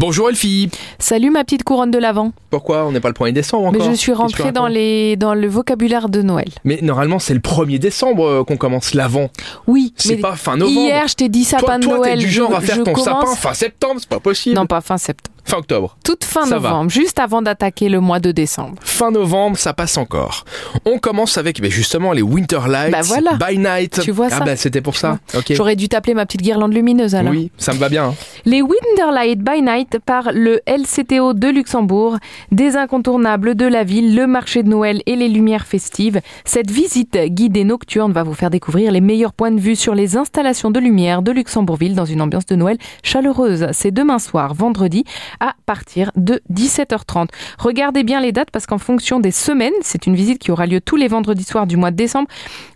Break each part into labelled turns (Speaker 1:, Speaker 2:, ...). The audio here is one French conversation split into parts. Speaker 1: Bonjour Elfie.
Speaker 2: Salut ma petite couronne de l'Avent.
Speaker 1: Pourquoi on n'est pas le 1er décembre
Speaker 2: Mais
Speaker 1: encore
Speaker 2: je
Speaker 1: Qu'est-ce que tu
Speaker 2: suis rentrée dans,
Speaker 1: racontes
Speaker 2: les, dans le vocabulaire de Noël.
Speaker 1: Mais normalement, c'est le 1er décembre euh, qu'on commence l'avant.
Speaker 2: Oui,
Speaker 1: C'est
Speaker 2: mais
Speaker 1: pas fin novembre.
Speaker 2: hier je t'ai dit
Speaker 1: toi,
Speaker 2: sapin
Speaker 1: toi,
Speaker 2: de
Speaker 1: t'es
Speaker 2: Noël.
Speaker 1: du genre
Speaker 2: Je-
Speaker 1: à faire
Speaker 2: je
Speaker 1: ton sapin
Speaker 2: commence-
Speaker 1: fin septembre, c'est pas possible.
Speaker 2: Non, pas fin septembre.
Speaker 1: Fin octobre.
Speaker 2: Toute fin
Speaker 1: Ça va.
Speaker 2: novembre, juste avant d'attaquer le mois de décembre.
Speaker 1: Fin novembre, ça passe encore. On commence avec ben, justement les Winter Lights
Speaker 2: Bah voilà.
Speaker 1: by Night.
Speaker 2: Tu vois
Speaker 1: ah
Speaker 2: ça.
Speaker 1: bah c'était pour ça. OK.
Speaker 2: J'aurais dû t'appeler ma petite guirlande lumineuse alors.
Speaker 1: Oui, ça me va bien. hein.
Speaker 2: Les Winterlight by Night par le LCTO de Luxembourg, des incontournables de la ville, le marché de Noël et les lumières festives. Cette visite guidée nocturne va vous faire découvrir les meilleurs points de vue sur les installations de lumière de Luxembourgville dans une ambiance de Noël chaleureuse. C'est demain soir, vendredi, à partir de 17h30. Regardez bien les dates parce qu'en fonction des semaines, c'est une visite qui aura lieu tous les vendredis soirs du mois de décembre.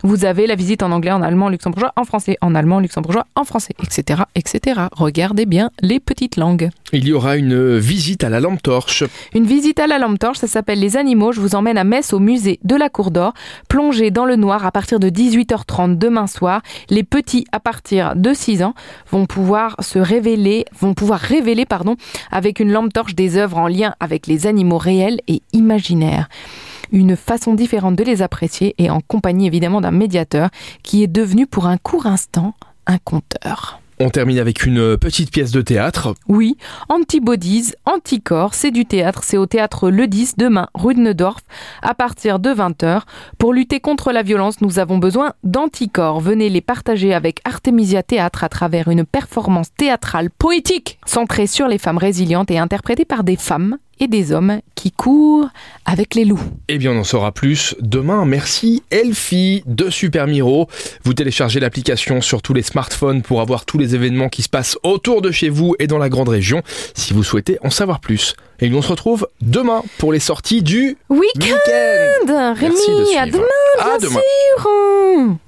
Speaker 2: Vous avez la visite en anglais, en allemand, en luxembourgeois, en français, en allemand, en luxembourgeois, en français, etc., etc. Regardez bien les petites langues.
Speaker 1: Il y aura une euh, visite à la lampe torche.
Speaker 2: Une visite à la lampe torche, ça s'appelle Les Animaux. Je vous emmène à Metz au musée de la Cour d'Or. Plongez dans le noir à partir de 18h30 demain soir. Les petits à partir de 6 ans vont pouvoir se révéler, vont pouvoir révéler, pardon, avec une lampe torche des œuvres en lien avec les animaux réels et imaginaires. Une façon différente de les apprécier et en compagnie évidemment d'un médiateur qui est devenu pour un court instant un conteur.
Speaker 1: On termine avec une euh, petite pièce de théâtre.
Speaker 2: Oui, Antibodies, Anticorps, c'est du théâtre, c'est au théâtre Le 10 demain, rue de Neudorf, à partir de 20h. Pour lutter contre la violence, nous avons besoin d'anticorps. Venez les partager avec Artemisia Théâtre à travers une performance théâtrale poétique, centrée sur les femmes résilientes et interprétée par des femmes et des hommes qui courent avec les loups.
Speaker 1: Eh bien, on en saura plus demain. Merci Elfie de Super Miro. Vous téléchargez l'application sur tous les smartphones pour avoir tous les événements qui se passent autour de chez vous et dans la grande région si vous souhaitez en savoir plus. Et nous, on se retrouve demain pour les sorties du
Speaker 2: Oui,
Speaker 1: week-end.
Speaker 2: Rémi,
Speaker 1: Merci de
Speaker 2: à
Speaker 1: suivre.
Speaker 2: demain,
Speaker 1: À
Speaker 2: bien
Speaker 1: demain.
Speaker 2: sûr.